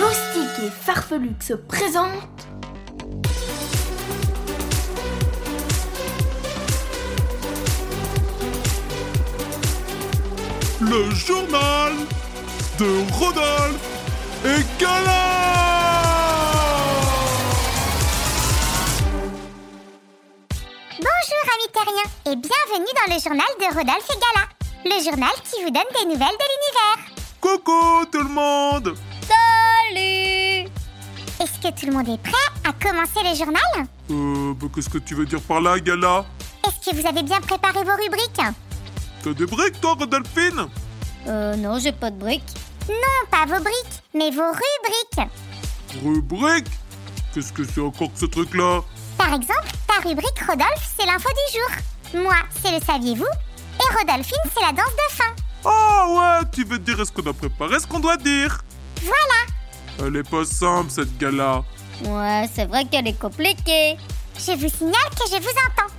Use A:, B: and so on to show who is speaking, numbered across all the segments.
A: Loustic et Farfelux se présentent
B: le journal de Rodolphe et Gala
C: Bonjour amis terriens et bienvenue dans le journal de Rodolphe et Gala, le journal qui vous donne des nouvelles de l'univers.
B: Coucou tout le monde
C: Salut Est-ce que tout le monde est prêt à commencer le journal
B: Euh, bah, qu'est-ce que tu veux dire par là, Gala
C: Est-ce que vous avez bien préparé vos rubriques
B: T'as des briques, toi, Rodolphine
D: Euh, non, j'ai pas de briques.
C: Non, pas vos briques, mais vos rubriques.
B: Rubrique Qu'est-ce que c'est encore que ce truc-là
C: Par exemple, ta rubrique Rodolphe, c'est l'info du jour. Moi, c'est le saviez-vous et Rodolphine, c'est la danse de fin.
B: Ah ouais, tu veux dire est-ce qu'on a préparé ce qu'on doit dire
C: Voilà,
B: Elle est pas simple, cette Gala
D: Ouais, c'est vrai qu'elle est compliquée.
C: je vous signale que je vous entends.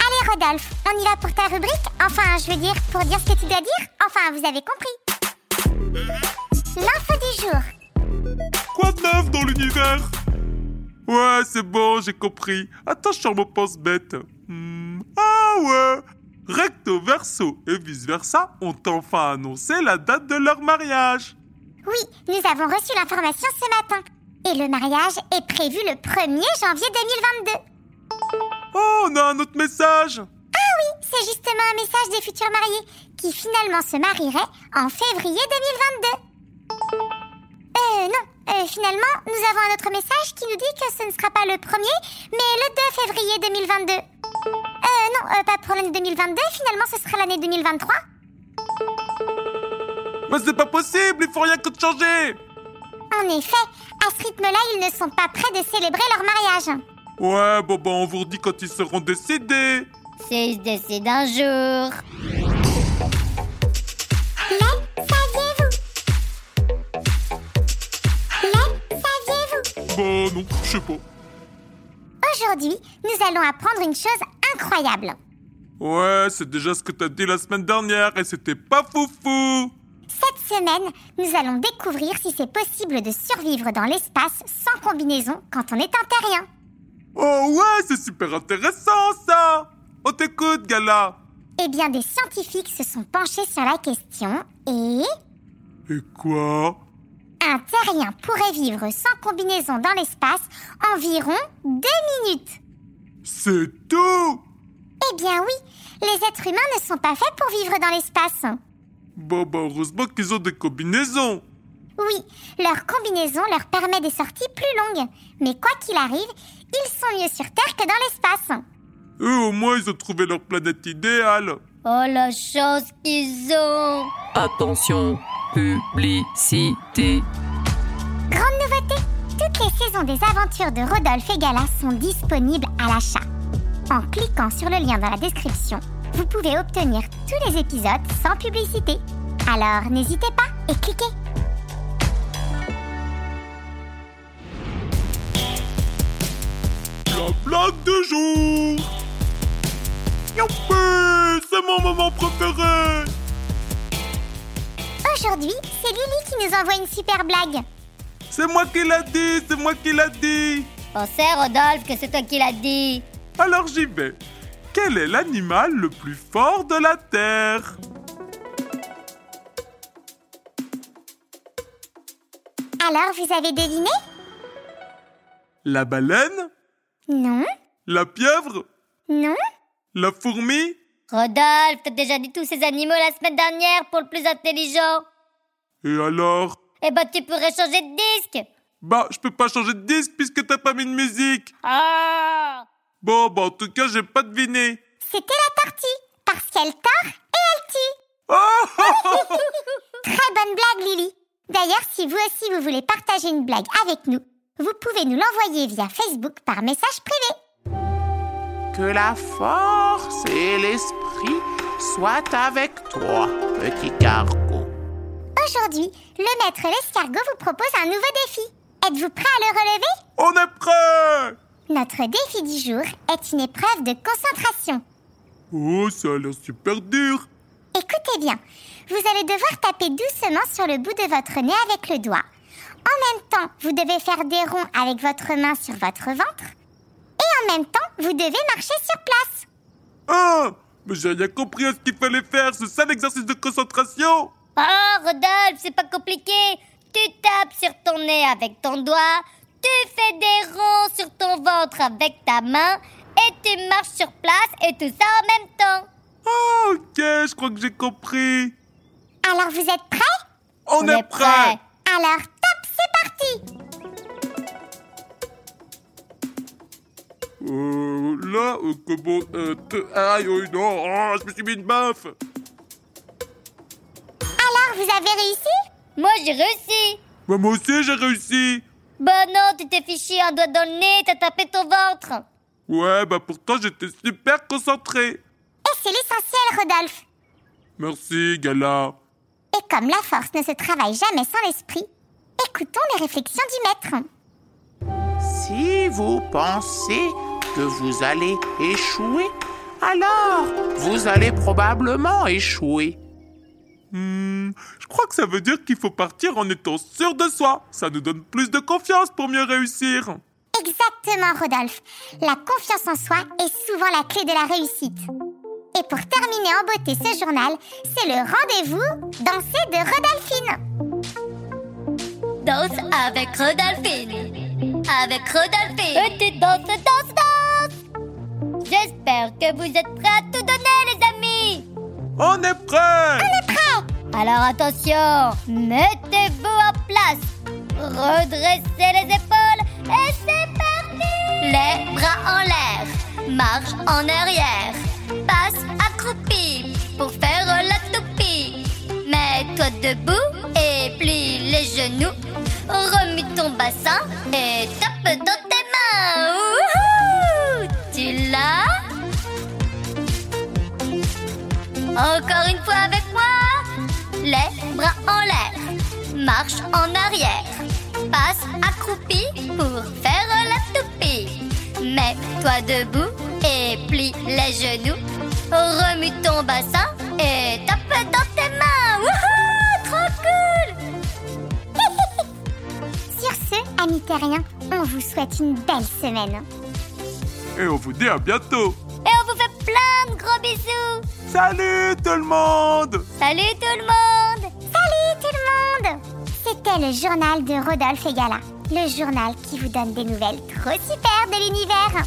C: Allez Rodolphe, on y va pour ta rubrique Enfin, je veux dire, pour dire ce que tu dois dire Enfin, vous avez compris. L'info du jour.
B: Quoi de neuf dans l'univers Ouais, c'est bon, j'ai compris. Attends, je suis en mot pense bête. Hmm, ah ouais Recto verso et vice-versa ont enfin annoncé la date de leur mariage.
C: Oui, nous avons reçu l'information ce matin. Et le mariage est prévu le 1er janvier 2022.
B: Oh, on a un autre message
C: Ah oui, c'est justement un message des futurs mariés qui finalement se marieraient en février 2022. Euh, non, euh, finalement, nous avons un autre message qui nous dit que ce ne sera pas le 1er, mais le 2 février 2022. Euh, non, euh, pas pour l'année 2022, finalement ce sera l'année 2023.
B: Mais c'est pas possible, il faut rien que de changer
C: En effet, à ce rythme-là, ils ne sont pas prêts de célébrer leur mariage.
B: Ouais, bon, bah, on vous redit quand ils seront décidés.
D: Si je décide un jour.
C: Le saviez-vous Le saviez-vous
B: Bah, non, je sais pas.
C: Aujourd'hui, nous allons apprendre une chose incroyable.
B: Ouais, c'est déjà ce que t'as dit la semaine dernière et c'était pas foufou
C: Cette semaine, nous allons découvrir si c'est possible de survivre dans l'espace sans combinaison quand on est un terrien.
B: Oh ouais, c'est super intéressant ça On t'écoute, Gala
C: Eh bien, des scientifiques se sont penchés sur la question et...
B: Et quoi
C: Un terrien pourrait vivre sans combinaison dans l'espace environ 2 minutes.
B: C'est tout
C: Eh bien oui, les êtres humains ne sont pas faits pour vivre dans l'espace.
B: Bon, bah heureusement qu'ils ont des combinaisons
C: Oui, leur combinaison leur permet des sorties plus longues. Mais quoi qu'il arrive, ils sont mieux sur Terre que dans l'espace.
B: Eux, au moins, ils ont trouvé leur planète idéale
D: Oh la chance qu'ils ont
E: Attention, publicité.
C: Grande nouveauté Toutes les saisons des aventures de Rodolphe et Gala sont disponibles à l'achat. En cliquant sur le lien dans la description, vous pouvez obtenir tous les épisodes sans publicité. Alors n'hésitez pas et cliquez
B: La blague du jour Youpi C'est mon moment préféré
C: Aujourd'hui, c'est Lily qui nous envoie une super blague.
B: C'est moi qui l'a dit C'est moi qui l'a dit
D: On sait, Rodolphe, que Oh, c'est toi qui l'as dit.
B: Alors j'y vais Quel est l'animal le plus fort de la Terre
C: Alors vous avez deviné
B: La baleine
C: Non
B: La pieuvre
C: Non
B: La fourmi
D: Rodolphe, t'as déjà dit tous ces animaux la semaine dernière pour le plus intelligent.
B: Et alors
D: Eh ben, tu pourrais changer de disque.
B: Bah, je peux pas changer de disque puisque t'as pas mis de musique.
D: Ah
B: Bon, bah, en tout cas, j'ai pas deviné.
C: C'était la tortue, parce qu'elle tord et elle tue
B: Oh,
F: D'ailleurs, si vous aussi vous voulez partager une blague avec nous, vous pouvez nous l'envoyer via Facebook par message privé.
E: Que la force et l'esprit soient avec toi, petit cargo.
F: Aujourd'hui, le maître l'escargot vous propose un nouveau défi. Êtes-vous prêt à le relever
B: On est prêt
F: Notre défi du jour est une épreuve de concentration.
B: Oh, ça a l'air super dur
F: Écoutez bien, vous allez devoir taper doucement sur le bout de votre nez avec le doigt. En même temps, vous devez faire des ronds avec votre main sur votre ventre. Et en même temps, vous devez marcher sur place.
B: Ah Mais j'ai rien compris à ce qu'il fallait faire, c'est ça l'exercice de concentration
C: Oh, Rodolphe, c'est pas compliqué. Tu tapes sur ton nez avec ton doigt, tu fais des ronds sur ton ventre avec ta main et tu marches sur place et tout ça en même temps.
B: Ah, ok, je crois que j'ai compris
F: Alors vous êtes prêts
B: On, est, prêt.
F: Alors top, c'est parti
B: Euh, là, euh, comment... Euh, te- Aïe, oh, non, oh, je me suis mis une baffe
F: Alors vous avez réussi
C: Moi, j'ai réussi.
B: Bah, Moi aussi, j'ai réussi
C: Bon non, tu t'es fiché un doigt dans le nez, t'as tapé ton ventre.
B: Ouais, bah pourtant, j'étais super concentré
F: Et Eh, c'est l'essentiel, Rodolphe.
B: Merci, Gala
F: Et comme la force ne se travaille jamais sans l'esprit, écoutons les réflexions du maître.
E: Si vous pensez que vous allez échouer, alors vous allez probablement échouer.
B: Hmm, je crois que ça veut dire qu'il faut partir en étant sûr de soi. Ça nous donne plus de confiance pour mieux réussir.
F: Exactement, Rodolphe. La confiance en soi est souvent la clé de la réussite. Et pour terminer en beauté ce journal, c'est le rendez-vous danser de Rodolphine.
C: Danse avec Rodolphine. Avec Rodolphine. Et tu danses, danses, danses. J'espère que vous êtes prêts à tout donner, les amis.
B: On est prêt
C: Alors attention, mettez-vous en place, redressez les épaules et c'est parti Les bras en l'air, marche en arrière, passe accroupi pour faire la toupie. Mets-toi debout et plie les genoux, remue ton bassin et tape dans tes mains. Wouhou tu l'as encore une fois avec moi. Les bras en l'air, marche en arrière, passe accroupi pour faire la toupie. Mets-toi debout et plie les genoux. Remue ton bassin et tape dans tes mains. Wouhou, trop cool!
F: Sur ce, amis terriens, on vous souhaite une belle semaine.
B: Et on vous dit à bientôt
C: Et on vous fait plein de gros bisous.
B: Salut tout le monde
C: Salut tout le monde!
F: Salut tout le monde C'était le journal de Rodolphe et Gala, le journal qui vous donne des nouvelles trop super de l'univers.